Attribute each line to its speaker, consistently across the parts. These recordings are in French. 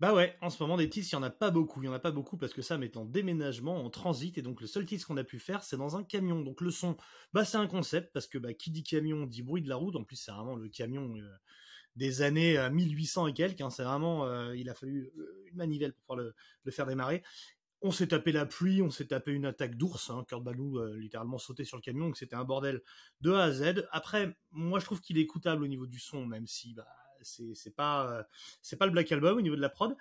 Speaker 1: Bah ouais, en ce moment des titres, il y en a pas beaucoup, il y en a pas beaucoup parce que Sam est en déménagement, en transit et donc le seul titre qu'on a pu faire, c'est dans un camion. Donc le son, bah c'est un concept parce que bah qui dit camion dit bruit de la route. En plus, c'est vraiment le camion euh, des années euh, 1800 et quelques. Hein, c'est vraiment, euh, il a fallu euh, une manivelle pour pouvoir le, le faire démarrer. On s'est tapé la pluie, on s'est tapé une attaque d'ours. Hein, Kurt Balou euh, littéralement sauté sur le camion, donc c'était un bordel de A à Z. Après, moi je trouve qu'il est écoutable au niveau du son, même si bah c'est c'est pas euh, c'est pas le Black Album au niveau de la prod.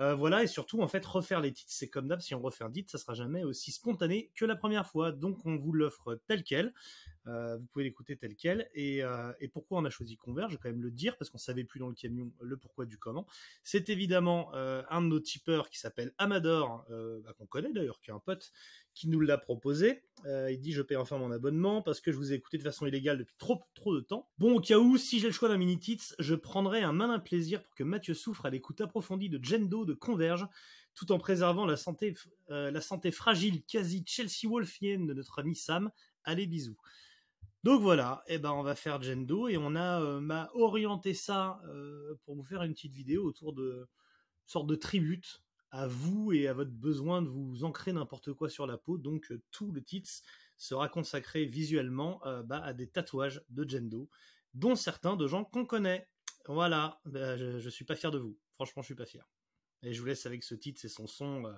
Speaker 1: Euh, voilà et surtout en fait refaire les titres c'est comme d'hab si on refait un titre ça sera jamais aussi spontané que la première fois donc on vous l'offre tel quel euh, vous pouvez l'écouter tel quel et, euh, et pourquoi on a choisi Converge je vais quand même le dire parce qu'on savait plus dans le camion le pourquoi du comment c'est évidemment euh, un de nos tipeurs qui s'appelle Amador euh, bah, qu'on connaît d'ailleurs qui est un pote qui nous l'a proposé euh, il dit je paie enfin mon abonnement parce que je vous ai écouté de façon illégale depuis trop trop de temps. Bon au cas où, si j'ai le choix d'un mini tits, je prendrai un malin plaisir pour que Mathieu souffre à l'écoute approfondie de Jendo de Converge, tout en préservant la santé euh, la santé fragile quasi Chelsea Wolfienne de notre ami Sam. Allez bisous. Donc voilà, eh ben on va faire Jendo et on a euh, m'a orienté ça euh, pour vous faire une petite vidéo autour de une sorte de tribute à vous et à votre besoin de vous ancrer n'importe quoi sur la peau. Donc euh, tout le titre sera consacré visuellement euh, bah, à des tatouages de Jendo, dont certains de gens qu'on connaît. Voilà, Bah, je, je suis pas fier de vous. Franchement, je suis pas fier. Et je vous laisse avec ce titre et son son euh,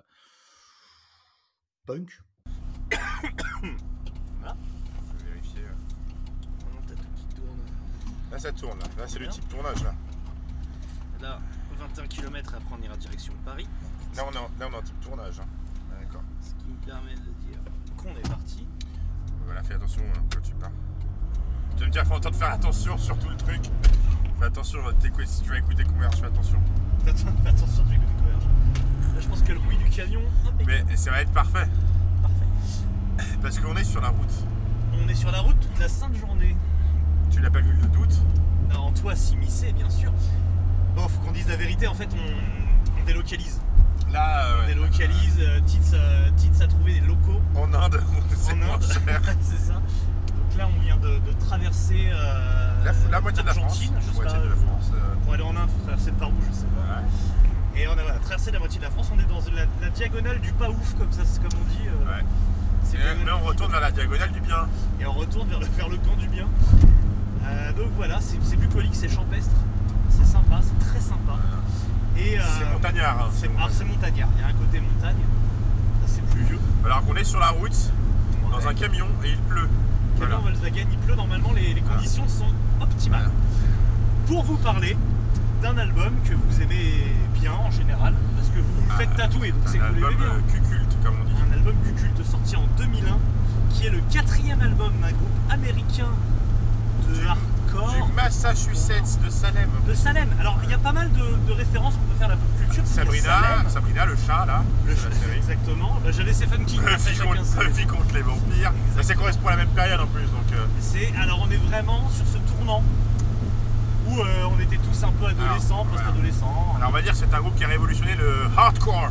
Speaker 1: punk.
Speaker 2: Je vais vérifier.
Speaker 3: euh, tourne.
Speaker 2: Là, ça tourne. Là, Là, c'est le
Speaker 3: Bien.
Speaker 2: type tournage. Là,
Speaker 3: Là, 21 km après on ira direction Paris,
Speaker 2: là, on, est en, là on est en type tournage. hein. Ah, D'accord.
Speaker 3: ce qui me permet de dire qu'on est parti.
Speaker 2: Voilà, fais attention hein, quand tu pars. Tu vas me dire faut entendre faire attention sur tout le truc. Fais attention, va t'écouter- si tu vas écouter Converge, fais attention.
Speaker 3: Fais atten- fais attention, j'ai écouté Converge. Là, je pense que le bruit du camion, impeccable,
Speaker 2: Mais ça va être parfait,
Speaker 3: parfait.
Speaker 2: parce qu'on est sur la route.
Speaker 3: On est sur la route toute la sainte journée.
Speaker 2: Tu l'as pas vu le doute
Speaker 3: Là, en toi s'immiscer, bien sûr. Bon, faut qu'on dise la vérité, en fait, on, on délocalise.
Speaker 2: Là, euh,
Speaker 3: On
Speaker 2: ouais.
Speaker 3: délocalise, euh, Tits, euh, Tits a trouvé des locaux
Speaker 2: en Inde, c'est
Speaker 3: en
Speaker 2: moins
Speaker 3: Inde.
Speaker 2: cher.
Speaker 3: C'est ça. Donc là, on vient de, de traverser euh,
Speaker 2: La, la moitié de la France.
Speaker 3: l'Argentine, je sais
Speaker 2: moitié
Speaker 3: pas,
Speaker 2: de la France. euh,
Speaker 3: Pour aller en Inde, faut traverser par où, je sais pas.
Speaker 2: ouais.
Speaker 3: Et on a voilà, traversé la moitié de la France, on est dans la, la diagonale du pas ouf, comme ça, c'est comme on dit. euh,
Speaker 2: Ouais.
Speaker 3: c'est
Speaker 2: Et
Speaker 3: bien-
Speaker 2: là, on retourne vers la diagonale du bien.
Speaker 3: et on retourne vers le, vers le camp du bien. Euh, donc voilà, c'est c'est bucolique, c'est champestre, c'est sympa, c'est très sympa. Et euh,
Speaker 2: C'est montagnard. hein,
Speaker 3: c'est-
Speaker 2: c'est
Speaker 3: alors,
Speaker 2: montagnard.
Speaker 3: c'est montagnard, il y a un côté montagne, ça, c'est pluvieux.
Speaker 2: Alors qu'on est sur la route, dans
Speaker 3: Ouais.
Speaker 2: un camion, et il pleut.
Speaker 3: Camion Volkswagen, il pleut normalement, les, les conditions sont optimales. Pour vous parler d'un album que vous aimez bien en général, parce que vous vous
Speaker 2: Ah,
Speaker 3: faites tatouer, donc c'est
Speaker 2: C'est
Speaker 3: que
Speaker 2: un
Speaker 3: vous l'aimez
Speaker 2: album
Speaker 3: bien.
Speaker 2: euh, cuculte, comme on dit.
Speaker 3: Un album du culte sorti en 2001, qui est le quatrième album d'un groupe américain de
Speaker 2: Du-
Speaker 3: hardcore
Speaker 2: Du Massachusetts, de Salem.
Speaker 3: de Salem. Alors il y a pas mal de, de références qu'on peut faire à la pop culture. parce qu'il y a
Speaker 2: Sabrina,
Speaker 3: Salem,
Speaker 2: Sabrina, le chat, là.
Speaker 3: le
Speaker 2: de la série.
Speaker 3: exactement. Bah, J'avais Stephen King.
Speaker 2: Le
Speaker 3: après,
Speaker 2: fille
Speaker 3: chacun
Speaker 2: contre,
Speaker 3: ses-
Speaker 2: le fille contre les vampires.
Speaker 3: Exactement.
Speaker 2: Mais ça correspond à la même période en plus, donc. euh,
Speaker 3: C'est alors on est vraiment sur ce tournant où euh, on était tous un peu adolescents,
Speaker 2: Alors, voilà.
Speaker 3: post-adolescents.
Speaker 2: Alors on va dire que c'est un groupe qui a révolutionné le hardcore.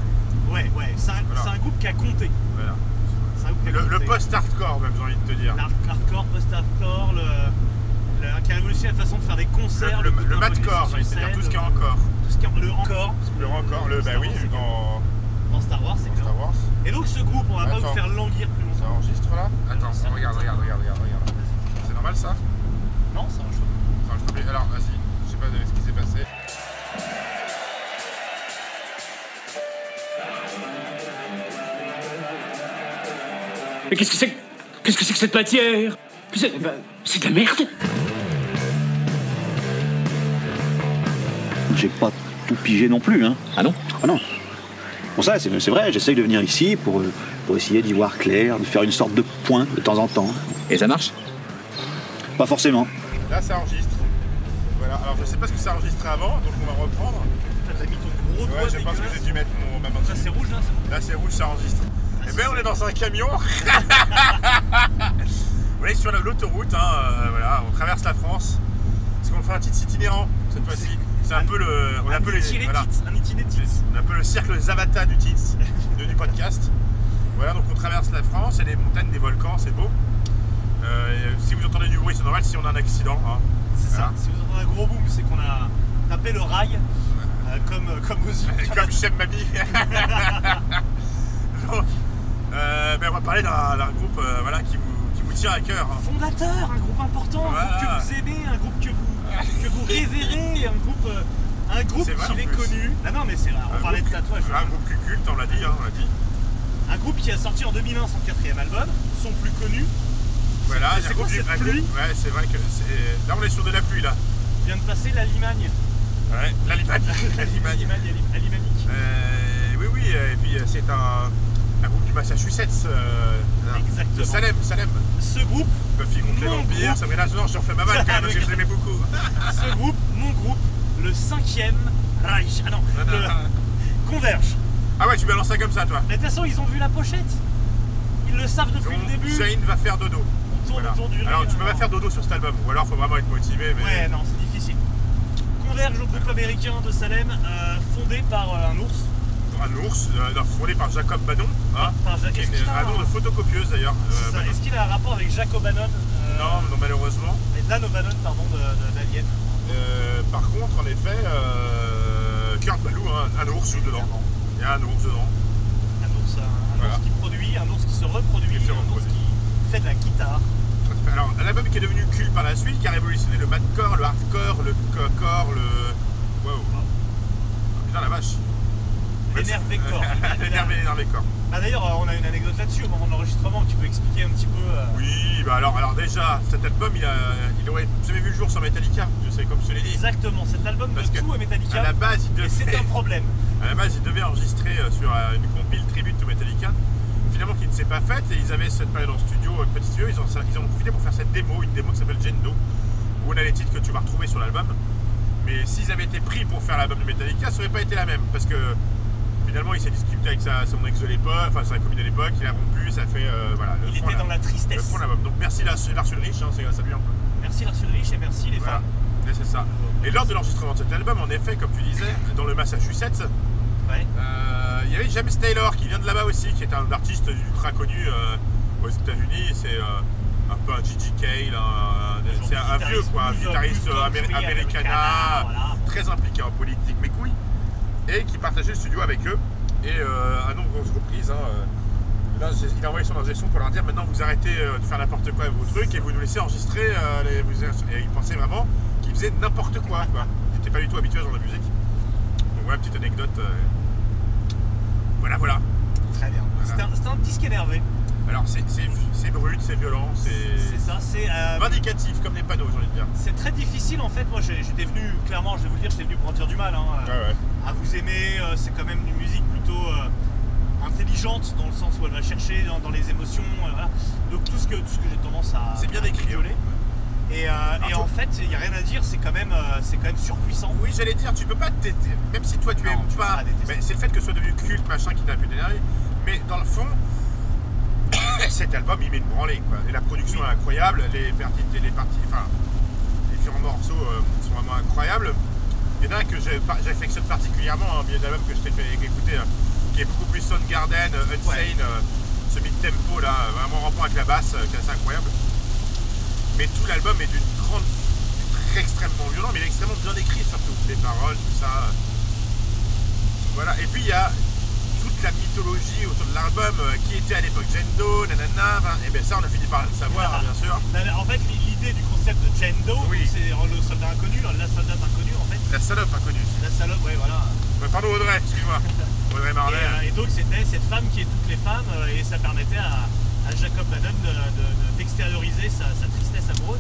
Speaker 3: Ouais, ouais, c'est un,
Speaker 2: Voilà.
Speaker 3: c'est un groupe qui a compté.
Speaker 2: Voilà.
Speaker 3: C'est un groupe qui a
Speaker 2: Le, le
Speaker 3: compté.
Speaker 2: post-hardcore, même j'ai envie de te dire.
Speaker 3: L'hard- Hardcore, post-hardcore, le, le- qui a révolutionné la façon de faire des concerts,
Speaker 2: le
Speaker 3: côté
Speaker 2: le
Speaker 3: un peu
Speaker 2: madcore,
Speaker 3: mise sur
Speaker 2: j'ai envie de te dire
Speaker 3: scène, euh,
Speaker 2: tout ce qu'il y a encore.
Speaker 3: tout ce qui est- le encore.
Speaker 2: Le encore, le, bah
Speaker 3: Star
Speaker 2: oui,
Speaker 3: Wars, c'est
Speaker 2: dans,
Speaker 3: Dans Star Wars, c'est
Speaker 2: dans
Speaker 3: clair.
Speaker 2: Star Wars.
Speaker 3: Et donc ce groupe, on va pas
Speaker 2: Attends.
Speaker 3: vous faire languir plus
Speaker 2: Ça
Speaker 3: longtemps.
Speaker 2: enregistre là Attends,
Speaker 3: ça-
Speaker 2: regarde,
Speaker 3: ça-
Speaker 2: regarde, regarde, regarde, regarde. C'est normal ça
Speaker 3: Non, c'est un show.
Speaker 2: Attends, je t'oublie. Alors, vas-y, je sais pas de- ce qui s'est passé.
Speaker 4: Mais qu'est-ce que c'est que- Qu'est-ce que c'est que cette matière C'est bah, c'est de la merde
Speaker 5: J'ai pas tout pigé non plus, hein.
Speaker 4: Ah non
Speaker 5: Ah non. Bon ça, c'est c'est vrai, j'essaye de venir ici pour, euh, pour essayer d'y voir clair, de faire une sorte de point de temps en temps.
Speaker 4: Et ça marche
Speaker 5: Pas forcément.
Speaker 2: Là, ça enregistre. Voilà, alors je sais pas ce que ça enregistrait avant, donc on va reprendre.
Speaker 3: Là, T'as mis ton gros doigt
Speaker 2: Ouais, je pense que j'ai
Speaker 3: dégueulasse.
Speaker 2: dû mettre mon ma main
Speaker 3: Ça c'est
Speaker 2: dessus.
Speaker 3: rouge là, c'est bon.
Speaker 2: Là, c'est rouge, ça enregistre.
Speaker 3: Ah,
Speaker 2: Eh
Speaker 3: si,
Speaker 2: bien, on
Speaker 3: c'est-
Speaker 2: est dans un camion. on est sur la- l'autoroute, hein, euh, voilà, on traverse la France. Parce qu'on fait un titre itinérant cette fois-ci. C'est un peu le, on
Speaker 3: un
Speaker 2: appelle les,
Speaker 3: itinéré
Speaker 2: voilà,
Speaker 3: titre, un itinéré titre.
Speaker 2: on appelle le cercle Zavata du titre, de- du podcast. Voilà, donc on traverse la France, il y a des montagnes, des volcans, c'est beau. Euh, et si vous entendez du bruit, c'est normal si on a un accident. hein.
Speaker 3: C'est ça.
Speaker 2: Voilà.
Speaker 3: Si vous entendez un gros boom, c'est qu'on a tapé le rail. euh, comme, comme Ozzy.
Speaker 2: Comme Seb Mami. Donc, euh, ben, on va parler d'un d'un groupe euh, voilà, qui, vous, qui vous tient à cœur. hein.
Speaker 3: fondateur, un groupe important, un groupe
Speaker 2: Voilà.
Speaker 3: que vous aimez, un groupe que vous, que vous révérez, un groupe, euh, un groupe
Speaker 2: C'est vrai,
Speaker 3: qu'il
Speaker 2: en
Speaker 3: est
Speaker 2: plus.
Speaker 3: connu. Ah non, mais c'est rare, on
Speaker 2: Un
Speaker 3: parlait de
Speaker 2: groupe-
Speaker 3: tatouage.
Speaker 2: Un groupe culte, on l'a dit, hein, on l'a dit.
Speaker 3: Un groupe qui a sorti en 2001 son quatrième album, son plus connu,
Speaker 2: Voilà,
Speaker 3: C'est
Speaker 2: il y a un
Speaker 3: quoi
Speaker 2: groupe-
Speaker 3: cette
Speaker 2: un groupe-
Speaker 3: pluie
Speaker 2: Ouais, c'est vrai que c'est. Là, on est sur de la pluie, là.
Speaker 3: vient de passer l'Allemagne.
Speaker 2: Ouais, la Libanie. La Libanie.
Speaker 3: Allimanique.
Speaker 2: Euh, oui, oui, euh, et puis euh, c'est un, un groupe du Massachusetts. euh, hein, de
Speaker 3: Exactement.
Speaker 2: Salem, Salem.
Speaker 3: Ce groupe,
Speaker 2: Buffy contre les
Speaker 3: Mon
Speaker 2: vampires,
Speaker 3: groupe.
Speaker 2: Sabrina Zorn, je refais ma balle quand même, parce que je l'aimais beaucoup.
Speaker 3: ce groupe, mon groupe, le cinquième Reich. Ah non, le Converge.
Speaker 2: Ah ouais, tu balances ça comme ça, toi.
Speaker 3: Mais de toute façon, ils ont vu la pochette. Ils le savent depuis le
Speaker 2: Donc,
Speaker 3: début.
Speaker 2: Shane va faire dodo.
Speaker 3: On tourne
Speaker 2: Voilà.
Speaker 3: autour du
Speaker 2: Alors,
Speaker 3: ring,
Speaker 2: tu peux pas
Speaker 3: alors.
Speaker 2: faire dodo sur cet album, ou alors faut vraiment être motivé. Mais...
Speaker 3: Ouais, non, c'est difficile. Converge au groupe américain de Salem, euh, fondé par euh, un ours.
Speaker 2: Un ours, euh, non, frôlé par Jacob Badon, hein,
Speaker 3: Enfin, Ja-
Speaker 2: qui est
Speaker 3: est-ce
Speaker 2: une-
Speaker 3: qu'il a,
Speaker 2: un nom de photocopieuse d'ailleurs.
Speaker 3: c'est
Speaker 2: euh,
Speaker 3: ça,
Speaker 2: Badon.
Speaker 3: est-ce qu'il a un rapport avec Jacob Bannon euh,
Speaker 2: Non, non, malheureusement.
Speaker 3: mais Dan O'Bannon, pardon, de- de- d'Alien.
Speaker 2: Euh, par contre, en effet, euh, Kurt Balou, hein, un ours joue dedans.
Speaker 3: Clairement.
Speaker 2: Il y a un ours dedans.
Speaker 3: Un ours, un- un
Speaker 2: Voilà.
Speaker 3: ours qui produit, un ours qui se reproduit,
Speaker 2: Qui se
Speaker 3: un ours
Speaker 2: reproduit.
Speaker 3: qui fait de la guitare.
Speaker 2: Alors, un album qui est devenu culte par la suite, qui a révolutionné le madcore, le hardcore, le co- core, le. Waouh! Putain, la vache!
Speaker 3: L'énervé corps.
Speaker 2: L'énervé, l'énervé corps.
Speaker 3: Bah, D'ailleurs, euh, on a une anecdote là-dessus au moment de l'enregistrement. Tu peux expliquer un petit peu. euh,
Speaker 2: Oui, bah alors, alors déjà, cet album, il, a, il aurait jamais vu le jour sans Metallica, je sais, comme je te l'ai dit.
Speaker 3: Exactement, cet album
Speaker 2: Parce
Speaker 3: de
Speaker 2: que
Speaker 3: tout à Metallica.
Speaker 2: À la base, il
Speaker 3: et
Speaker 2: devait,
Speaker 3: c'est un problème.
Speaker 2: à la base, il devait enregistrer euh, sur euh, une compile tribute to Metallica, finalement qui ne s'est pas faite, et ils avaient cette période en studio, euh, petit studio, ils, ont, ils en ont profité pour faire cette démo, une démo qui s'appelle Gendo, où on a les titres que tu vas retrouver sur l'album. Mais s'ils avaient été pris pour faire l'album de Metallica, ça aurait pas été la même, parce que finalement, il s'est discuté avec sa, son ex de l'époque, enfin sa copine de l'époque, il a rompu, ça fait. euh, voilà, le
Speaker 3: Il
Speaker 2: fond,
Speaker 3: était
Speaker 2: là.
Speaker 3: dans la
Speaker 2: Le
Speaker 3: tristesse.
Speaker 2: fond de l'album. Donc merci Lars Lars Ulrich, hein, c'est grâce à lui un peu.
Speaker 3: Merci Lars Ulrich et merci les
Speaker 2: Voilà.
Speaker 3: fans.
Speaker 2: Et c'est ça. Et lors de l'enregistrement de cet album, en effet, comme tu disais, dans le Massachusetts,
Speaker 3: Ouais.
Speaker 2: euh, il y avait James Taylor qui vient de là-bas aussi, qui est un artiste ultra connu euh, aux États-Unis. C'est euh, un peu un Gigi Cale, un-
Speaker 3: Genre
Speaker 2: c'est un, un vieux quoi, un
Speaker 3: blues,
Speaker 2: guitariste euh,
Speaker 3: blues country,
Speaker 2: améri-
Speaker 3: americana,
Speaker 2: américana,
Speaker 3: voilà.
Speaker 2: très impliqué en politique, mes couilles, et qui partageait le studio avec eux. Et euh, à nombreuses reprises, hein, euh, là, j'ai- il a envoyé son injection pour leur dire maintenant vous arrêtez euh, de faire n'importe quoi avec vos trucs et vous nous laissez enregistrer. euh, les- vous- et il pensait vraiment qu'il faisait n'importe quoi. quoi. Il n'était pas du tout habitué à ce genre de musique. Donc voilà, petite anecdote. euh, voilà, voilà.
Speaker 3: Très bien. C'était un, c'était un disque énervé.
Speaker 2: Alors c'est c'est- c'est brut, c'est violent,
Speaker 3: C'est
Speaker 2: c'est
Speaker 3: ça. C'est euh,
Speaker 2: vindicatif comme les panneaux, j'ai envie de dire.
Speaker 3: c'est très difficile en fait. Moi, j'ai- j'étais venu, clairement, je vais vous le dire, j'étais venu pour en dire du mal. hein, euh,
Speaker 2: ouais.
Speaker 3: À vous aimer, euh, c'est quand même une musique plutôt euh, intelligente dans le sens où elle va chercher dans, dans les émotions. euh, voilà. Donc tout ce que, tout ce que j'ai tendance à.
Speaker 2: C'est bien décrit.
Speaker 3: à rigoler. Et, euh, et
Speaker 2: toi-
Speaker 3: en fait, il n'y a rien à dire. C'est quand même, euh, c'est quand même surpuissant.
Speaker 2: Oui, j'allais dire, tu peux pas te têter. Même si toi tu
Speaker 3: Non,
Speaker 2: aimes
Speaker 3: tu peux
Speaker 2: pas.
Speaker 3: pas détester.
Speaker 2: mais c'est le fait que ce soit devenu culte, machin, qui t'a pu dénerver. Mais dans le fond, cet album, il met une branlée, quoi. Et la production
Speaker 3: Oui.
Speaker 2: est incroyable, les parties, les parties, enfin, les différents morceaux euh, sont vraiment incroyables. Il y en a un que j'ai- par- j'affectionne particulièrement, hein, un milieu d'album que je t'ai fait écouter, hein, qui est beaucoup plus Soundgarden, euh, Unsane, euh, ce mid-tempo là, euh, vraiment rampant avec la basse, euh, qui est assez incroyable. Mais tout l'album est d'une grande. très- extrêmement violent, mais il est extrêmement bien écrit surtout. Les paroles, tout ça. euh. Voilà, et puis il y a toute la mythologie autour de l'album, euh, qui était à l'époque Gendo, nanana, ben, et bien ça on a fini par le savoir, bien sûr.
Speaker 3: Non, mais En fait, l'idée du concept de Jendo,
Speaker 2: Oui.
Speaker 3: c'est oh, le soldat inconnu, hein, la soldate inconnue en fait.
Speaker 2: La salope inconnue.
Speaker 3: La salope, ouais, voilà.
Speaker 2: Ouais, Bah, Pardon Audrey, excuse-moi. Audrey
Speaker 3: Et,
Speaker 2: Marley.
Speaker 3: euh, et donc, c'était cette femme qui est toutes les femmes, euh, et ça permettait à, à Jacob Bannon de- de- de- d'extérioriser sa, sa tristesse amoureuse.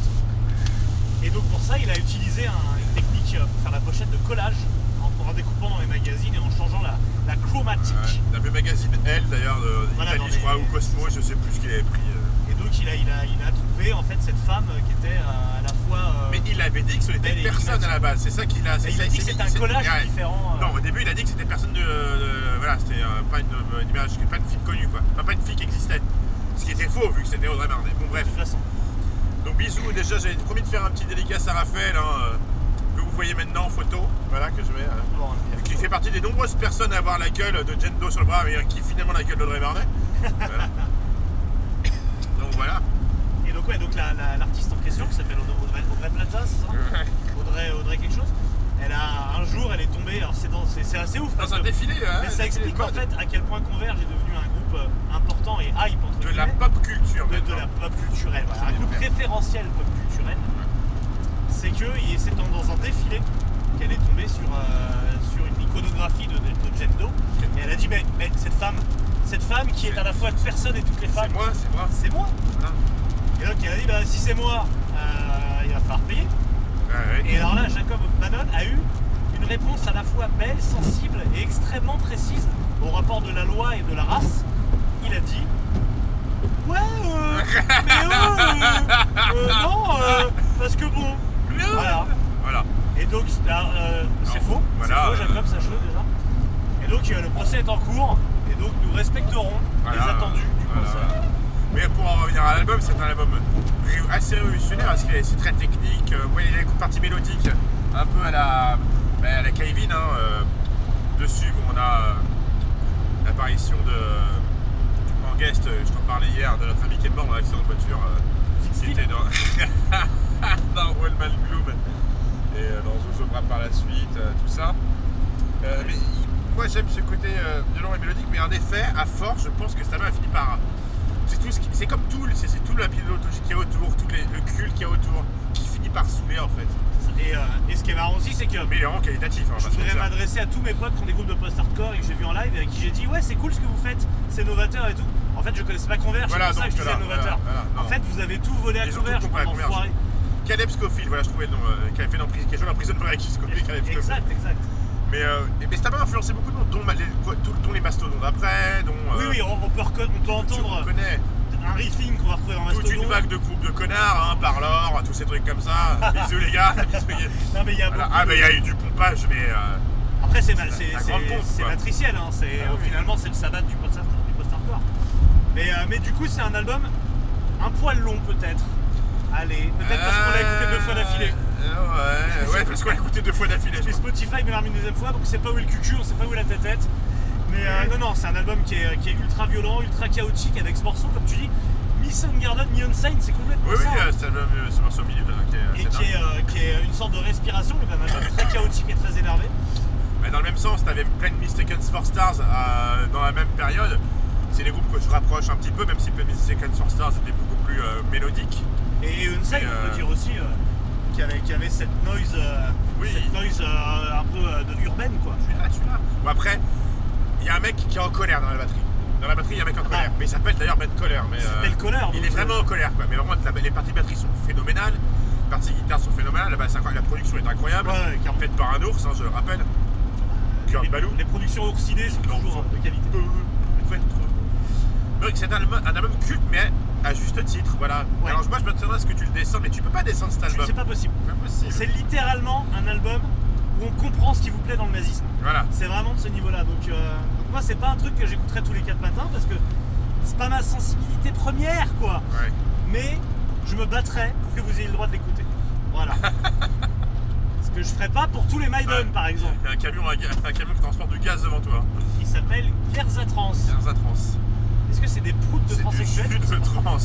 Speaker 3: Et donc, pour ça, il a utilisé un- une technique euh, pour faire la pochette de collage, en, en découpant dans les magazines et en changeant la, la chromatique.
Speaker 2: Ouais, T'as vu le magazine Elle d'ailleurs de-
Speaker 3: Voilà,
Speaker 2: d'Italie,
Speaker 3: dans
Speaker 2: je
Speaker 3: les-
Speaker 2: crois, ou Cosmo, je sais plus ce qu'il avait pris. euh.
Speaker 3: Et donc, il a, il, a, il a trouvé en fait cette femme euh, qui était euh, à la fois. euh,
Speaker 2: Mais il avait dit que ce
Speaker 3: Elle
Speaker 2: n'était
Speaker 3: est
Speaker 2: personne à la base, c'est ça qu'il a.
Speaker 3: il a dit que c'était un collage
Speaker 2: ouais.
Speaker 3: différent. euh,
Speaker 2: Non, au début il a dit que c'était personne de. de- voilà, c'était euh, pas une, une image, pas une fille connue quoi. Enfin, pas une fille qui existait. Ce qui était faux vu que c'était Audrey Marley. Bon,
Speaker 3: de
Speaker 2: bref.
Speaker 3: toute façon.
Speaker 2: Donc bisous, déjà j'avais promis de faire un petit dédicace à Raphaël, hein, euh, que vous voyez maintenant en photo, voilà que je vais. euh,
Speaker 3: Bon, hein.
Speaker 2: qui fait partie des nombreuses personnes à avoir la gueule de Jendo sur le bras, mais euh, qui finalement la gueule d'Audrey Marnet. Voilà. Donc voilà.
Speaker 3: Et donc ouais, donc la- la- l'artiste en question qui s'appelle hein, Audrey, Audrey Plaza, c'est ça Audrey, Audrey quelque chose, Elle a un jour, elle est tombée. Alors c'est dans- c'est c'est assez ouf. parce
Speaker 2: Dans un
Speaker 3: que-
Speaker 2: défilé, hein,
Speaker 3: mais
Speaker 2: un
Speaker 3: ça
Speaker 2: défilé de
Speaker 3: explique en
Speaker 2: mode.
Speaker 3: fait à quel point Converge est devenu un groupe euh, important et hype entre
Speaker 2: de la
Speaker 3: guillemets.
Speaker 2: pop culture.
Speaker 3: de, de
Speaker 2: maintenant.
Speaker 3: la pop culturelle, voilà,
Speaker 2: Très
Speaker 3: un
Speaker 2: bien.
Speaker 3: groupe référentiel pop culturel, c'est que il- c'est en- dans un défilé qu'elle est tombée sur, euh, sur une iconographie de, de, de Jane Doe. Et elle a dit mais, mais cette femme, cette femme qui est à la fois une personne et toutes les
Speaker 2: C'est
Speaker 3: femmes,
Speaker 2: moi, c'est moi.
Speaker 3: c'est moi.
Speaker 2: Voilà.
Speaker 3: Et donc elle a dit bah si c'est moi, euh, il va falloir payer.
Speaker 2: Ouais, ouais.
Speaker 3: Et alors là, Jacob Bannon a eu une réponse à la fois belle, sensible et extrêmement précise au rapport de la loi et de la race. Il a dit Ouais, euh, mais euh, euh, euh, non, euh, parce que bon. Voilà.
Speaker 2: Voilà.
Speaker 3: Et donc, c'est ah, euh, c'est
Speaker 2: Non,
Speaker 3: faux,
Speaker 2: voilà,
Speaker 3: c'est faux, Jacob,
Speaker 2: euh,
Speaker 3: sache-le déjà. Et donc, euh, le procès est en cours, et donc nous respecterons les
Speaker 2: Voilà,
Speaker 3: attendus du
Speaker 2: voilà,
Speaker 3: procès.
Speaker 2: voilà. Mais pour en revenir à l'album, c'est un album ré- assez révolutionnaire parce qu'il est c'est très technique. euh, ouais, il y a une partie mélodique un peu à la, bah, à la Kevin. hein, euh, dessus, bon, on a euh, l'apparition de en guest, euh, je t'en parlais hier, de notre ami qui est mort dans l'accident de voiture. euh, C'était dans, dans Wellman Gloom et euh, dans Zozo Bra par la suite, euh, tout ça. Euh, mais il- moi j'aime ce côté euh, violent et mélodique, mais en effet, à force, je pense que cet album a fini par. C'est tout ce qui- c'est comme tout, le- c'est c'est tout la pilotogie qu'il y a autour, tout les- le cul qu'il y a autour, qui finit par saouler en fait.
Speaker 3: Et, euh, et ce qui est marrant aussi, c'est que
Speaker 2: Mais il est vraiment qualitatif, hein, on
Speaker 3: Je
Speaker 2: va se
Speaker 3: voudrais
Speaker 2: mentir.
Speaker 3: m'adresser à tous mes potes qui ont des groupes de post-hardcore et que j'ai vu en live et à qui j'ai dit ouais c'est cool ce que vous faites, c'est novateur et tout. En fait je connaissais pas Converge,
Speaker 2: Voilà,
Speaker 3: c'est pour ça
Speaker 2: donc,
Speaker 3: que je disais
Speaker 2: voilà,
Speaker 3: novateur.
Speaker 2: voilà, voilà,
Speaker 3: en
Speaker 2: non.
Speaker 3: fait vous avez tout volé à
Speaker 2: Ils ont tout
Speaker 3: Converge,
Speaker 2: compris à Converge.
Speaker 3: enfoiré.
Speaker 2: Caleb Scofield, voilà, je trouvais le nom, euh, qui avait fait dans Prison- qui a joué dans Prison Break, qui se copie Caleb Scofield.
Speaker 3: Exact, exact.
Speaker 2: Mais, euh, et- mais ça m'a influencé beaucoup de monde, dont, mal- les- quoi- tout- dont les mastodons d'après, dont. euh,
Speaker 3: oui oui, on, on peut, reco- on peut
Speaker 2: tout-
Speaker 3: entendre
Speaker 2: on connaît
Speaker 3: un riffing qu'on va retrouver en
Speaker 2: toute une
Speaker 3: Mastodon.
Speaker 2: vague de groupes de connards, hein, par l'or, tous ces trucs comme ça. bisous les gars, bisous les gars.
Speaker 3: Non mais il y a
Speaker 2: Voilà.
Speaker 3: beaucoup
Speaker 2: Ah,
Speaker 3: de-
Speaker 2: mais il y a eu du pompage, mais. euh,
Speaker 3: Après c'est mal,
Speaker 2: la-
Speaker 3: c'est
Speaker 2: la
Speaker 3: c'est-
Speaker 2: grande pompe,
Speaker 3: c'est
Speaker 2: quoi.
Speaker 3: matriciel, hein, c'est-
Speaker 2: Ah oui.
Speaker 3: finalement c'est le sabbat du post- du post-hardcore. mais, euh, mais du coup c'est un album un poil long peut-être. Allez, peut-être parce qu'on l'a écouté deux fois d'affilée.
Speaker 2: Euh, ouais, ouais, parce qu'on l'a écouté deux fois d'affilée. je
Speaker 3: Et
Speaker 2: pense.
Speaker 3: Spotify me l'a remis une deuxième fois, donc c'est pas où est le cucu, on sait pas où est la tête. Mais euh, non, non, c'est un album qui est, qui est ultra violent, ultra chaotique avec ce morceau, comme tu dis, mi Garden, mi Unsigned, c'est complètement
Speaker 2: Oui, oui,
Speaker 3: ça.
Speaker 2: euh, c'est le- euh, ce morceau au milieu là, qui est,
Speaker 3: et
Speaker 2: c'est
Speaker 3: qui
Speaker 2: dingue.
Speaker 3: est, euh, qui est une sorte de respiration, mais d'un album très chaotique et très énervé.
Speaker 2: Mais dans le même sens, t'avais plein de Mistaken for Stars euh, dans la même période. C'est des groupes que je rapproche un petit peu, même si Mistaken for Stars était beaucoup plus euh, mélodique.
Speaker 3: Et Unsigned,
Speaker 2: Et,
Speaker 3: on
Speaker 2: euh,
Speaker 3: peut dire aussi, euh, qui, avait, qui avait cette noise, euh,
Speaker 2: Oui.
Speaker 3: cette noise euh, un peu euh, de urbaine, quoi.
Speaker 2: Je suis là, je suis là. Bon, après, il y a un mec qui est en colère dans la batterie. Dans la batterie, il y a un
Speaker 3: Ah
Speaker 2: mec en
Speaker 3: bah.
Speaker 2: colère. Mais il s'appelle d'ailleurs Ben Colère. Mais,
Speaker 3: Il s'appelle Collar, donc,
Speaker 2: Il est
Speaker 3: euh,
Speaker 2: vraiment en colère, quoi. Mais vraiment, la- les parties batterie sont phénoménales. Les parties guitare sont phénoménales. La, basse- la production est incroyable.
Speaker 3: Ouais, ouais, carrément.
Speaker 2: Faite par un ours, hein, je le rappelle. Kurt
Speaker 3: Les-
Speaker 2: Ballou.
Speaker 3: euh, Les productions oursidées sont toujours euh, de qualité.
Speaker 2: Euh, faut être trop. Donc c'est un, album- un album culte, mais à juste titre, voilà.
Speaker 3: Ouais.
Speaker 2: Alors moi je m'attendais à ce que tu le descends, mais tu peux pas descendre cet
Speaker 3: Tu-
Speaker 2: album.
Speaker 3: C'est pas possible.
Speaker 2: pas possible.
Speaker 3: C'est littéralement un album où on comprend ce qui vous plaît dans le nazisme.
Speaker 2: Voilà.
Speaker 3: C'est vraiment de ce niveau-là. Donc, euh, donc moi, c'est pas un truc que j'écouterais tous les 4 matins parce que c'est pas ma sensibilité première, quoi.
Speaker 2: Ouais.
Speaker 3: Mais je me battrais pour que vous ayez le droit de l'écouter. Voilà. ce que je ferais pas pour tous les Maiden,
Speaker 2: Ouais.
Speaker 3: par exemple.
Speaker 2: Il y a un camion, à ga- un camion qui transporte du gaz devant toi.
Speaker 3: Il s'appelle Gerza Trans.
Speaker 2: Gaz à trans.
Speaker 3: Est-ce que c'est des proutes de
Speaker 2: C'est du
Speaker 3: transsexuels
Speaker 2: jus de trans.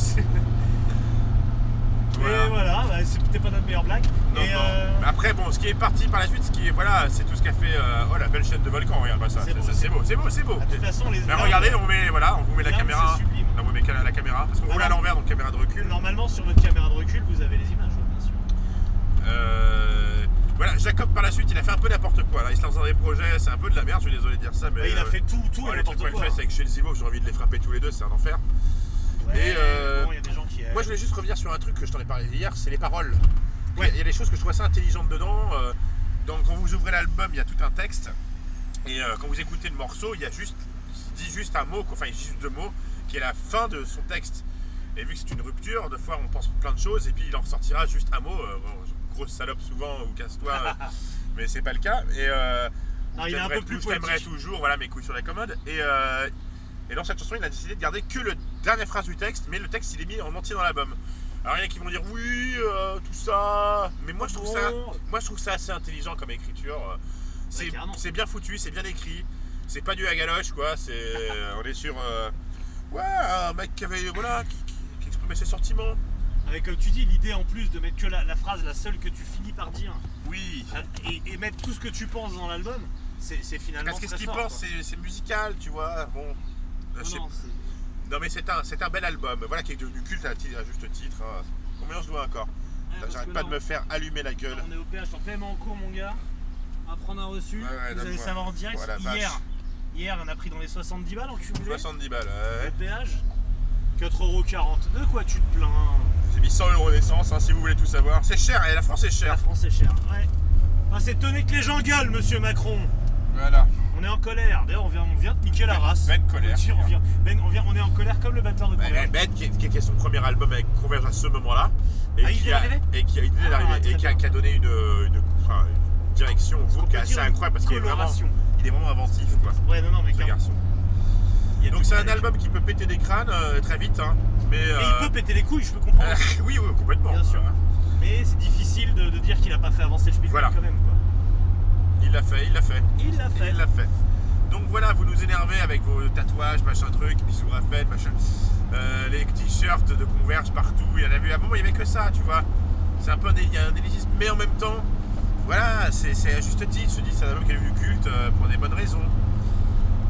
Speaker 3: Et voilà, bah, c'est peut-être pas notre meilleure blague.
Speaker 2: Non,
Speaker 3: Et,
Speaker 2: non.
Speaker 3: euh,
Speaker 2: Mais Après, bon, ce qui est parti par la suite, ce qui est, voilà, c'est tout ce qu'a fait, euh, oh la belle chaîne de volcan, regarde bah, ça,
Speaker 3: C'est
Speaker 2: ça,
Speaker 3: beau, Ah,
Speaker 2: ça,
Speaker 3: c'est
Speaker 2: c'est beau, c'est beau, c'est beau.
Speaker 3: de toute façon, les.
Speaker 2: Mais regardez, on met, voilà, on vous met la
Speaker 3: Là,
Speaker 2: caméra,
Speaker 3: c'est sublime.
Speaker 2: on vous met la caméra, parce qu'on
Speaker 3: Ah
Speaker 2: roule à
Speaker 3: non.
Speaker 2: l'envers, donc caméra de recul.
Speaker 3: Normalement, sur votre caméra de recul, vous avez les images, bien sûr.
Speaker 2: Euh, voilà, Jacob par la suite, il a fait un peu n'importe quoi. Là, il se lance dans des projets, c'est un peu de la merde, je suis désolé de dire ça, mais.
Speaker 3: Ouais, Bah, il a
Speaker 2: euh,
Speaker 3: fait tout, tout
Speaker 2: ouais,
Speaker 3: et
Speaker 2: le truc
Speaker 3: n'importe
Speaker 2: qu'on
Speaker 3: quoi.
Speaker 2: fait, c'est avec chez Zivo, j'ai envie de les frapper tous les deux, c'est un enfer.
Speaker 3: Ouais,
Speaker 2: Et, euh,
Speaker 3: bon, il y a des gens qui.
Speaker 2: Moi, je voulais juste revenir sur un truc que je t'en ai parlé hier, c'est les paroles.
Speaker 3: Ouais.
Speaker 2: Il y a des choses que je trouve assez intelligentes dedans. euh, donc, quand vous ouvrez l'album, il y a tout un texte. Et euh, quand vous écoutez le morceau, il y a juste, il dit juste un mot, enfin, il dit juste deux mots, qui est la fin de son texte. Et vu que c'est une rupture, des fois, on pense plein de choses, et puis il en ressortira juste un mot. euh, bon, grosse salope souvent, ou casse-toi, euh,
Speaker 3: Ah,
Speaker 2: mais c'est pas le cas. Et euh,
Speaker 3: Non, il est un
Speaker 2: J'aimerais
Speaker 3: peu plus
Speaker 2: tout- je t'aimerais
Speaker 3: poétique.
Speaker 2: toujours, voilà mes couilles sur la commode. Et, euh, et dans cette chanson, il a décidé de garder que la dernière phrase du texte, mais le texte il est mis en entier dans l'album. Alors il y en a qui vont dire oui, euh, tout ça, mais moi je trouve ça,
Speaker 3: Bon.
Speaker 2: moi je trouve ça assez intelligent comme écriture. Euh, C'est
Speaker 3: Ouais, carrément.
Speaker 2: c'est bien foutu, c'est bien écrit, c'est pas du à galoche quoi. C'est on est sur euh, ouais un mec qui avait voilà qui, qui- qui exprimait ses sentiments.
Speaker 3: Avec, comme tu dis, l'idée en plus de mettre que la, la phrase, la seule que tu finis par dire,
Speaker 2: Oui.
Speaker 3: euh, et, et mettre tout ce que tu penses dans l'album, c'est c'est finalement.
Speaker 2: Parce que ce
Speaker 3: très
Speaker 2: qu'il
Speaker 3: fort,
Speaker 2: pense,
Speaker 3: quoi.
Speaker 2: c'est- c'est musical, tu vois. Bon. euh, je sais-
Speaker 3: Non, non, c'est-
Speaker 2: non, mais c'est un, c'est un bel album, voilà, qui est devenu culte à, ti- à juste titre. hein. Combien je dois encore
Speaker 3: ouais, parce
Speaker 2: J'arrête
Speaker 3: que
Speaker 2: pas
Speaker 3: là,
Speaker 2: de me faire allumer la gueule.
Speaker 3: On est au PH, en paiement en cours, mon gars. À prendre un reçu.
Speaker 2: Ouais, ouais,
Speaker 3: vous allez
Speaker 2: donne-moi.
Speaker 3: savoir en direct.
Speaker 2: Oh, la
Speaker 3: hier,
Speaker 2: vache.
Speaker 3: hier, on a pris dans les 70 balles en cumulé.
Speaker 2: 70 balles,
Speaker 3: Le
Speaker 2: ouais.
Speaker 3: péage 4,40€. De quoi tu te plains
Speaker 2: J'ai mis 100 euros d'essence, hein, si vous voulez tout savoir. C'est cher, et la France est
Speaker 3: La
Speaker 2: chère.
Speaker 3: France est chère. Ouais. Enfin, c'est étonné que les gens gueulent, monsieur Macron.
Speaker 2: Voilà.
Speaker 3: On est en colère. D'ailleurs, on vient, on vient de niquer la race.
Speaker 2: Ben
Speaker 3: On
Speaker 2: colère.
Speaker 3: le dit, on, vient, ben, on, vient- on est en colère comme le batteur de
Speaker 2: Ben,
Speaker 3: Converge.
Speaker 2: Ben, qui, qui était son premier album avec Converge à ce moment-là. Et,
Speaker 3: Ah, il
Speaker 2: qui
Speaker 3: est
Speaker 2: a,
Speaker 3: arrivé
Speaker 2: et qui a une idée
Speaker 3: Ah,
Speaker 2: d'arrivée,
Speaker 3: très
Speaker 2: et qui a,
Speaker 3: bien.
Speaker 2: qui a donné une, une- enfin, une direction au groupe qui est
Speaker 3: peut
Speaker 2: assez
Speaker 3: dire une
Speaker 2: incroyable parce qu'il est vraiment,
Speaker 3: coloration.
Speaker 2: il est vraiment inventif, quoi,
Speaker 3: Ouais, non, non, mais
Speaker 2: ce
Speaker 3: clairement,
Speaker 2: garçon.
Speaker 3: il y a
Speaker 2: Donc
Speaker 3: du-
Speaker 2: c'est un album qui peut péter des crânes euh, très vite, hein, mais...
Speaker 3: Et
Speaker 2: euh,
Speaker 3: il peut péter les couilles, je peux comprendre.
Speaker 2: oui, oui, complètement.
Speaker 3: Bien sûr.
Speaker 2: Euh,
Speaker 3: Mais c'est difficile de, de dire qu'il a pas fait avancer le Spielberg
Speaker 2: Voilà.
Speaker 3: quand même. Quoi.
Speaker 2: Il l'a fait, il l'a fait,
Speaker 3: Il l'a fait.
Speaker 2: il l'a fait. Donc voilà, vous nous énervez avec vos tatouages, machin truc, bisous Raphaël, machin... euh, les t-shirts de Converge partout, il y en avait... À un moment, il n'y avait que ça, tu vois. C'est un peu un, dé- il y a un délicisme, mais en même temps... Voilà, c'est c'est à juste titre, je te dis, c'est un album qui a eu du culte euh, pour des bonnes raisons.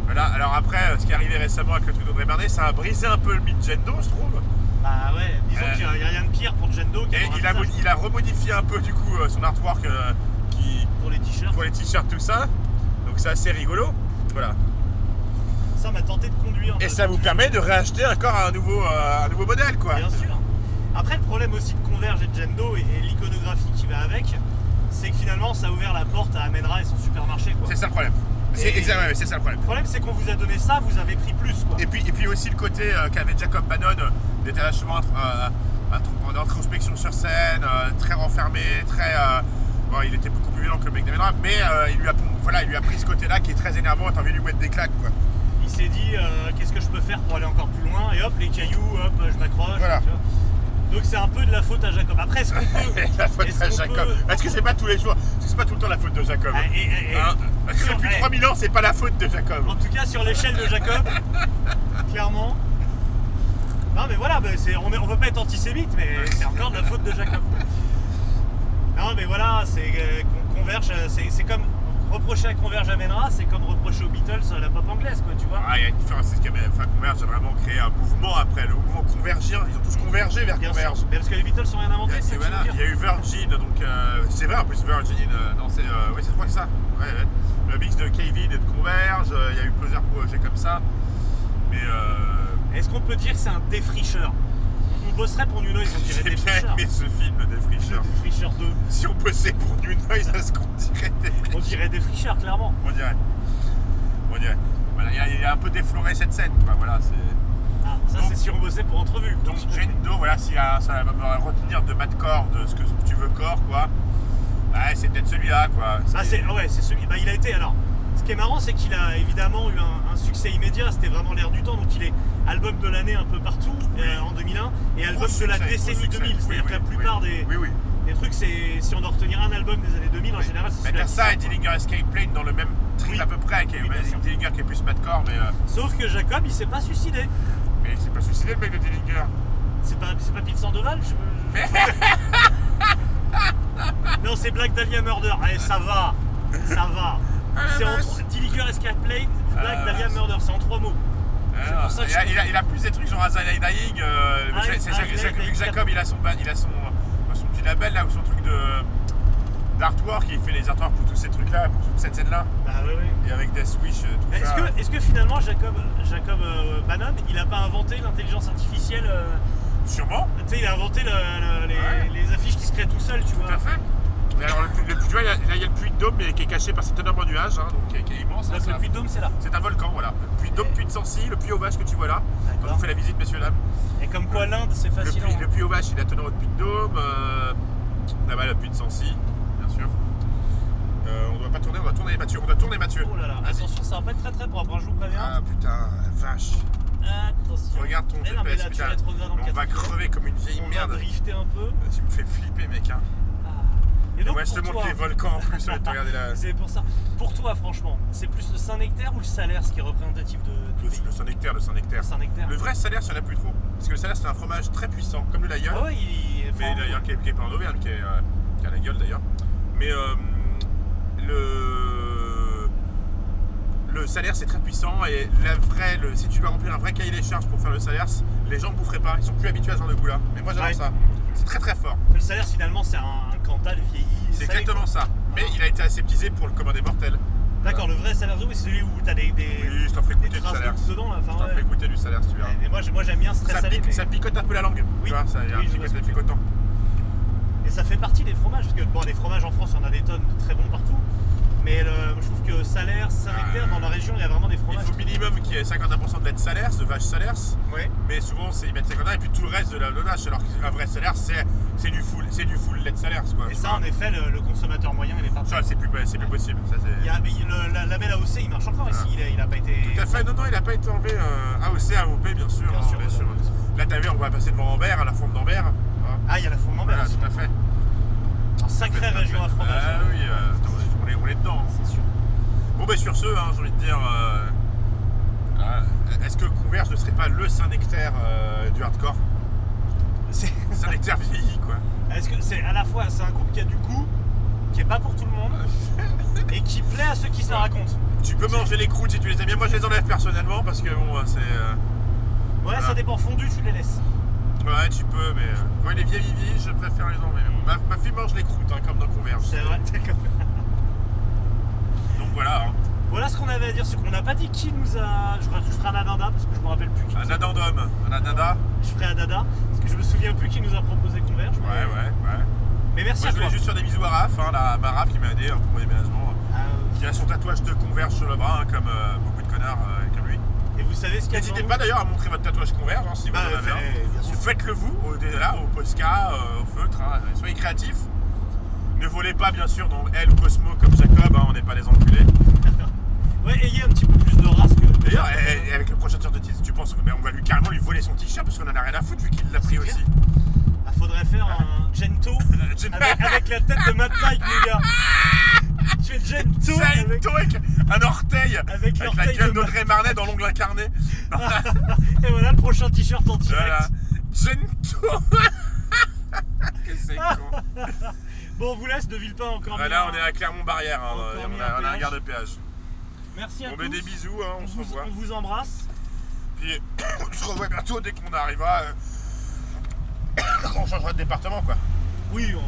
Speaker 2: Voilà, alors après, euh, ce qui est arrivé récemment avec le truc d'André Barnet, ça a brisé un peu le mythe Jendo, je trouve.
Speaker 3: Bah ouais, disons
Speaker 2: Euh,
Speaker 3: qu'il n'y a, il y a rien de pire pour Jendo
Speaker 2: Et il a, il a remodifié un peu du coup euh, son artwork euh, qui,
Speaker 3: pour les t-shirts.
Speaker 2: pour les t-shirts, tout ça. Donc c'est assez rigolo. Voilà.
Speaker 3: Ça m'a tenté de conduire.
Speaker 2: Et
Speaker 3: de-
Speaker 2: ça vous permet de réacheter encore un nouveau, euh, un nouveau modèle quoi.
Speaker 3: Bien sûr. Après, le problème aussi de Converge et de Jendo et, et l'iconographie qui va avec, c'est que finalement, ça a ouvert la porte à Amedra et son supermarché. Quoi.
Speaker 2: C'est ça le problème. C'est
Speaker 3: Et-
Speaker 2: exactement, ouais, c'est ça le problème.
Speaker 3: Le problème, c'est qu'on vous a donné ça, vous avez pris plus. Quoi.
Speaker 2: Et puis, et puis aussi le côté euh, qu'avait Jacob Bannon euh, des détachements euh, intro- en introspection sur scène, euh, très renfermé, très. euh, bon, il était beaucoup plus violent que le mec d'Avedra, mais euh, il, lui a, voilà, il lui a pris ce côté-là qui est très énervant, t'as envie de lui mettre des claques quoi.
Speaker 3: Il s'est dit, euh, qu'est-ce que je peux faire pour aller encore plus loin Et hop, les cailloux, hop, je m'accroche.
Speaker 2: Voilà.
Speaker 3: tu vois. Donc, c'est un peu de la faute à Jacob. Après, est-ce qu'on peut.
Speaker 2: la faute
Speaker 3: Est-ce
Speaker 2: à
Speaker 3: qu'on
Speaker 2: Jacob.
Speaker 3: peut-
Speaker 2: Est-ce que c'est pas tous les jours Est-ce que C'est pas tout le temps la faute de Jacob.
Speaker 3: Ah, et- et- et-
Speaker 2: Hein Parce que
Speaker 3: sur-
Speaker 2: depuis
Speaker 3: eh,
Speaker 2: 3000 ans, c'est pas la faute de Jacob.
Speaker 3: En tout cas, sur l'échelle de Jacob, clairement. Non, mais voilà, bah, c'est- on ne veut pas être antisémite, mais c'est encore de la faute de Jacob. Non, mais voilà, c'est euh, Con- Converge, euh, c'est c'est comme reprocher à Converge à Menra, c'est comme reprocher aux Beatles à la pop anglaise, quoi, tu vois.
Speaker 2: Ah, il y a une différence, c'est ce qu'il y avait- Enfin, Converge a vraiment créé un mouvement après, le mouvement convergien. Ils ont tous convergé vers
Speaker 3: Bien sûr.
Speaker 2: Converge.
Speaker 3: Mais parce que les Beatles n'ont rien
Speaker 2: Il y,
Speaker 3: inventé,
Speaker 2: a,
Speaker 3: c'est
Speaker 2: et voilà, il y a eu Virgin, donc euh, c'est vrai en plus Virgin, euh, non c'est, euh, oui, je crois que c'est ça. Ouais, ouais. Le mix de Kevin et de Converge, euh, il y a eu plusieurs projets comme ça. Mais euh,
Speaker 3: Est-ce qu'on peut dire que c'est un défricheur On bosserait pour New Noise, on
Speaker 2: j'ai
Speaker 3: dirait
Speaker 2: bien
Speaker 3: défricheur.
Speaker 2: aimé ce film des fricheurs.
Speaker 3: Défricheur 2.
Speaker 2: si on bossait pour New Noise, à ce qu'on dirait des
Speaker 3: On dirait défricheur, clairement.
Speaker 2: On dirait. On dirait. Voilà, il a, il a un peu défloré cette scène. quoi, Voilà, c'est...
Speaker 3: Ah, ça,
Speaker 2: Donc-
Speaker 3: c'est si on bossait pour entrevue.
Speaker 2: Donc Gendo, voilà, si euh, ça va me retenir de Madcore, de ce que tu veux corps, quoi. Ouais, c'est peut-être celui-là, quoi.
Speaker 3: Ah c'est ah ouais c'est celui bah il a été alors ce qui est marrant c'est qu'il a évidemment eu un, un succès immédiat c'était vraiment l'air du temps donc il est album de l'année un peu partout euh, en 2001 et
Speaker 2: Gros
Speaker 3: album
Speaker 2: succès,
Speaker 3: de la
Speaker 2: gros
Speaker 3: décennie
Speaker 2: succès.
Speaker 3: 2000 c'est-à-dire
Speaker 2: Oui,
Speaker 3: que la
Speaker 2: oui,
Speaker 3: plupart
Speaker 2: oui.
Speaker 3: des,
Speaker 2: Oui, oui.
Speaker 3: des trucs c'est si on doit retenir un album des années 2000 en général c'est
Speaker 2: Mais
Speaker 3: celui-là
Speaker 2: t'as
Speaker 3: qui
Speaker 2: ça et
Speaker 3: sort, quoi.
Speaker 2: Dillinger Escape Plane dans le même trip
Speaker 3: Oui.
Speaker 2: à peu près. Qui est,
Speaker 3: Oui, bien sûr.
Speaker 2: Dillinger qui est plus Madcore, mais, euh,
Speaker 3: sauf que Jacob il s'est pas suicidé
Speaker 2: mais il s'est pas suicidé le mec de Dillinger.
Speaker 3: c'est pas c'est pas Pete Sandoval je- je- non c'est Black Dahlia Murder allez ça va ça va c'est en trois Dillinger Escape Plane Black
Speaker 2: Ah,
Speaker 3: Dahlia
Speaker 2: vache.
Speaker 3: Murder c'est en trois mots C'est pour ça que
Speaker 2: Ah, il, a,
Speaker 3: je-
Speaker 2: il a- il a plus des trucs genre Azalea Dying. euh,
Speaker 3: Ah,
Speaker 2: c'est- c'est-
Speaker 3: Azalea
Speaker 2: c'est- c'est- vu
Speaker 3: Dying.
Speaker 2: que Jacob il a son, ba- il a son, euh, son petit label là ou son truc de d'artwork, il fait les artworks pour tous ces trucs là, pour toute cette scène là,
Speaker 3: bah oui oui
Speaker 2: et avec Death Wish, euh, tout
Speaker 3: Est-ce
Speaker 2: ça.
Speaker 3: que, est-ce que finalement Jacob, Jacob euh, Bannon, il a pas inventé l'intelligence artificielle euh,
Speaker 2: Sûrement,
Speaker 3: Tu sais, il a inventé le- le- les,
Speaker 2: Ouais.
Speaker 3: les affiches qui se créent tout seul, tu vois.
Speaker 2: tout à fait. Mais alors, le, puits- le puits- tu vois, il y a- là il y a le puits de Dôme mais qui est caché par cet énorme nuage, hein, donc qui est, qui est immense. hein,
Speaker 3: Donc
Speaker 2: c'est
Speaker 3: le
Speaker 2: un-
Speaker 3: puits de Dôme, c'est là.
Speaker 2: c'est un volcan, voilà. Le puits de Dôme, puits de Sancy, le puits Ovage que tu vois là. Quand je vous
Speaker 3: D'accord.
Speaker 2: fais la visite, messieurs dames.
Speaker 3: Et comme quoi l'Inde, c'est
Speaker 2: Le
Speaker 3: fascinant.
Speaker 2: puits, le puits Ovage, il est attenant au puits de Dôme. euh, Là-bas, le puits de Sancy, bien sûr. Euh, on doit pas tourner, on doit tourner Mathieu. On doit tourner Mathieu.
Speaker 3: Oh là là,
Speaker 2: Vas-y.
Speaker 3: attention, ça va pas être très très propre, hein, je vous préviens.
Speaker 2: Ah putain, la vache.
Speaker 3: attention.
Speaker 2: Regarde ton
Speaker 3: Eh non, mais
Speaker 2: GPS,
Speaker 3: là, tu
Speaker 2: putain.
Speaker 3: vas te regarder dans
Speaker 2: On va
Speaker 3: quatre-
Speaker 2: crever comme une vieille
Speaker 3: On va
Speaker 2: merde.
Speaker 3: drifter un peu.
Speaker 2: Tu me fais flipper, mec. Hein.
Speaker 3: Ah. Et Et donc,
Speaker 2: Moi, je te
Speaker 3: pour
Speaker 2: montre
Speaker 3: toi-
Speaker 2: les volcans en plus, euh, ouais, t'as regardé la.
Speaker 3: C'est pour ça. Pour toi, franchement, c'est plus le Saint-Nectaire ou le salaire ce qui est représentatif de, du pays
Speaker 2: Le, le Saint-Nectaire, le Saint-Nectaire.
Speaker 3: Le Saint-Nectaire.
Speaker 2: Le vrai salaire, ça n'a plus trop. Parce que le salaire, c'est un fromage très puissant, comme le laguiole.
Speaker 3: Ah ouais, il est
Speaker 2: mais
Speaker 3: fort.
Speaker 2: d'ailleurs, qui est, qui est pas en Auvergne, qui, est, euh, qui a la gueule d'ailleurs. Mais euh, le. Le salaire, c'est très puissant. Et la vraie, le- si tu dois remplir un vrai cahier des charges pour faire le salaire, les gens ne boufferaient pas. Ils sont plus habitués à ce genre de goût-là. Mais moi, j'adore
Speaker 3: Ouais.
Speaker 2: ça. C'est très très fort.
Speaker 3: Le salaire, finalement, c'est un, un Cantal vieilli.
Speaker 2: C'est
Speaker 3: salé,
Speaker 2: exactement ça. Mais
Speaker 3: Ah.
Speaker 2: il a été aseptisé pour le commun des mortels.
Speaker 3: quoi. D'accord, le vrai salaire, oui, c'est celui où t'as des, des,
Speaker 2: Oui, je t'en ferai
Speaker 3: des
Speaker 2: goûter du
Speaker 3: traces
Speaker 2: salaire.
Speaker 3: de dedans. Là, enfin,
Speaker 2: Je t'en
Speaker 3: ouais.
Speaker 2: ferai goûter du salaire si tu veux.
Speaker 3: Mais moi, j'ai- moi, j'aime bien ce très
Speaker 2: Ça,
Speaker 3: salé.
Speaker 2: pique-
Speaker 3: mais-
Speaker 2: ça picote un peu la langue.
Speaker 3: Oui.
Speaker 2: Tu vois, ça il y a un
Speaker 3: Oui, je
Speaker 2: petit
Speaker 3: vois ce
Speaker 2: côté
Speaker 3: que tu veux
Speaker 2: picotant.
Speaker 3: Et ça fait partie des fromages, parce que bon, les fromages en France, on a des tonnes de très bons partout. Mais le- je trouve que Salaire, Saint-Nectaire, dans la région, il y a vraiment des
Speaker 2: Euh, Il
Speaker 3: fromages.
Speaker 2: faut minimum qu'il y ait 51% de lait de salaire, de vache salaire.
Speaker 3: Ouais.
Speaker 2: Mais souvent, c'est ils mettent 51 et puis tout le reste de la de vache. Alors qu'un vrai salaire, c'est c'est du full, c'est du full lait de salaire. Quoi,
Speaker 3: Et
Speaker 2: Tu
Speaker 3: ça,
Speaker 2: vois.
Speaker 3: en effet, le, le consommateur moyen, il est parti.
Speaker 2: ça c'est plus, c'est plus possible. Ça, c'est-
Speaker 3: Il y a, mais il- le- la- label AOC, il marche encore ici,
Speaker 2: Ah.
Speaker 3: il, a, il a pas été.
Speaker 2: Tout à fait, non, non, il n'a pas été enlevé euh, AOC, AOP, bien sûr.
Speaker 3: Bien
Speaker 2: hein,
Speaker 3: sûr,
Speaker 2: bien
Speaker 3: bien
Speaker 2: sûr. Là, t'as vu, on va passer devant Ambert, à la fonte d'Ambert. hein.
Speaker 3: Ah, il y a la fourme en
Speaker 2: Voilà,
Speaker 3: berne,
Speaker 2: tout à fait.
Speaker 3: c'est une Sacrée région à fromage.
Speaker 2: Ah oui, euh, attends, on est- on est dedans. hein.
Speaker 3: C'est sûr.
Speaker 2: Bon ben sur ce, hein, j'ai envie de dire, euh, euh, est-ce que Converge ne serait pas le Saint-Nectaire euh, du hardcore
Speaker 3: C'est-
Speaker 2: Saint-Nectaire vieilli quoi.
Speaker 3: Est-ce que c'est à la fois c'est un groupe qui a du goût, qui est pas pour tout le monde, et qui plaît à ceux qui se la racontent.
Speaker 2: Tu peux manger les croûtes si tu les aimes bien, moi je les enlève personnellement parce que bon euh, c'est... euh,
Speaker 3: Ouais,
Speaker 2: Voilà.
Speaker 3: ça dépend fondu, tu les laisses.
Speaker 2: ouais tu peux mais euh, quand il est vieilli, vieilli, je préfère les enlever. Mais bon, ma, ma fille mange les croûtes hein, comme dans Converge.
Speaker 3: C'est vrai.
Speaker 2: Donc voilà, hein,
Speaker 3: voilà ce qu'on avait à dire, c'est qu'on n'a pas dit qui nous a. Je rajouterai un adanda parce que je me rappelle plus. Qui...
Speaker 2: un adendum, un adada.
Speaker 3: Je ferai un dada parce que je me souviens plus qui nous a proposé Converge.
Speaker 2: Ouais
Speaker 3: mais-
Speaker 2: ouais ouais.
Speaker 3: Mais merci
Speaker 2: Moi
Speaker 3: à
Speaker 2: je voulais
Speaker 3: toi.
Speaker 2: juste faire des bisous à Raph, hein, la, ma Raph qui m'a aidé hein, pour mon déménagement. hein,
Speaker 3: Ah,
Speaker 2: Qui a son tatouage de Converge sur le bras hein, comme euh, beaucoup de connards euh, comme lui.
Speaker 3: Et vous savez ce qu'il y a
Speaker 2: N'hésitez
Speaker 3: devant
Speaker 2: pas d'ailleurs à montrer votre tatouage converge hein, si vous
Speaker 3: Bah,
Speaker 2: en avez
Speaker 3: fait- bien
Speaker 2: un.
Speaker 3: sûr.
Speaker 2: Ou faites-le vous, au, là, au Posca, euh, au feutre. hein. Soyez créatifs. Ne volez pas bien sûr dans Elle ou Cosmo comme Jacob, hein, on n'est pas les enculés.
Speaker 3: vous Ouais, ayez un petit peu plus de race que.
Speaker 2: D'ailleurs, eh, eh, avec le prochain tir de titre, tu penses qu'on va lui carrément lui voler son t-shirt parce qu'on en a rien à foutre vu qu'il l'a pris
Speaker 3: C'est clair.
Speaker 2: aussi.
Speaker 3: Ah, faudrait faire un Gento
Speaker 2: J'ai une-
Speaker 3: avec, avec la tête de Matt Mike, les gars. Tu fais Gento
Speaker 2: Ça a une
Speaker 3: avec,
Speaker 2: toe avec un orteil
Speaker 3: avec
Speaker 2: avec la
Speaker 3: l'orteil
Speaker 2: gueule
Speaker 3: de Matt
Speaker 2: d'Audrey Marnet dans l'ongle incarné.
Speaker 3: Et voilà le prochain t-shirt en direct.
Speaker 2: Voilà. Gento Que c'est con.
Speaker 3: Bon, on vous laisse de Villepin encore.
Speaker 2: Ah. Voilà,
Speaker 3: bien.
Speaker 2: on est à Clermont-Barrière, hein,
Speaker 3: Encore
Speaker 2: on
Speaker 3: mis un
Speaker 2: a on a un
Speaker 3: péage.
Speaker 2: regard de péage.
Speaker 3: Merci à
Speaker 2: On
Speaker 3: tous.
Speaker 2: met des bisous, hein, on,
Speaker 3: On
Speaker 2: se
Speaker 3: vous,
Speaker 2: revoit.
Speaker 3: on vous embrasse.
Speaker 2: Puis on se revoit bientôt dès qu'on arrivera. euh, on changera de département quoi.
Speaker 3: Oui, on...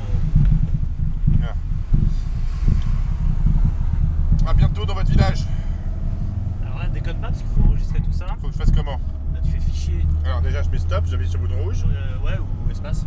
Speaker 2: À bientôt dans votre village.
Speaker 3: alors là, déconne pas parce qu'il faut enregistrer tout ça.
Speaker 2: Faut que je fasse comment
Speaker 3: Là, tu fais fichier,
Speaker 2: Alors déjà je mets stop, j'appuie sur le bouton rouge.
Speaker 3: euh, ouais, ou espace.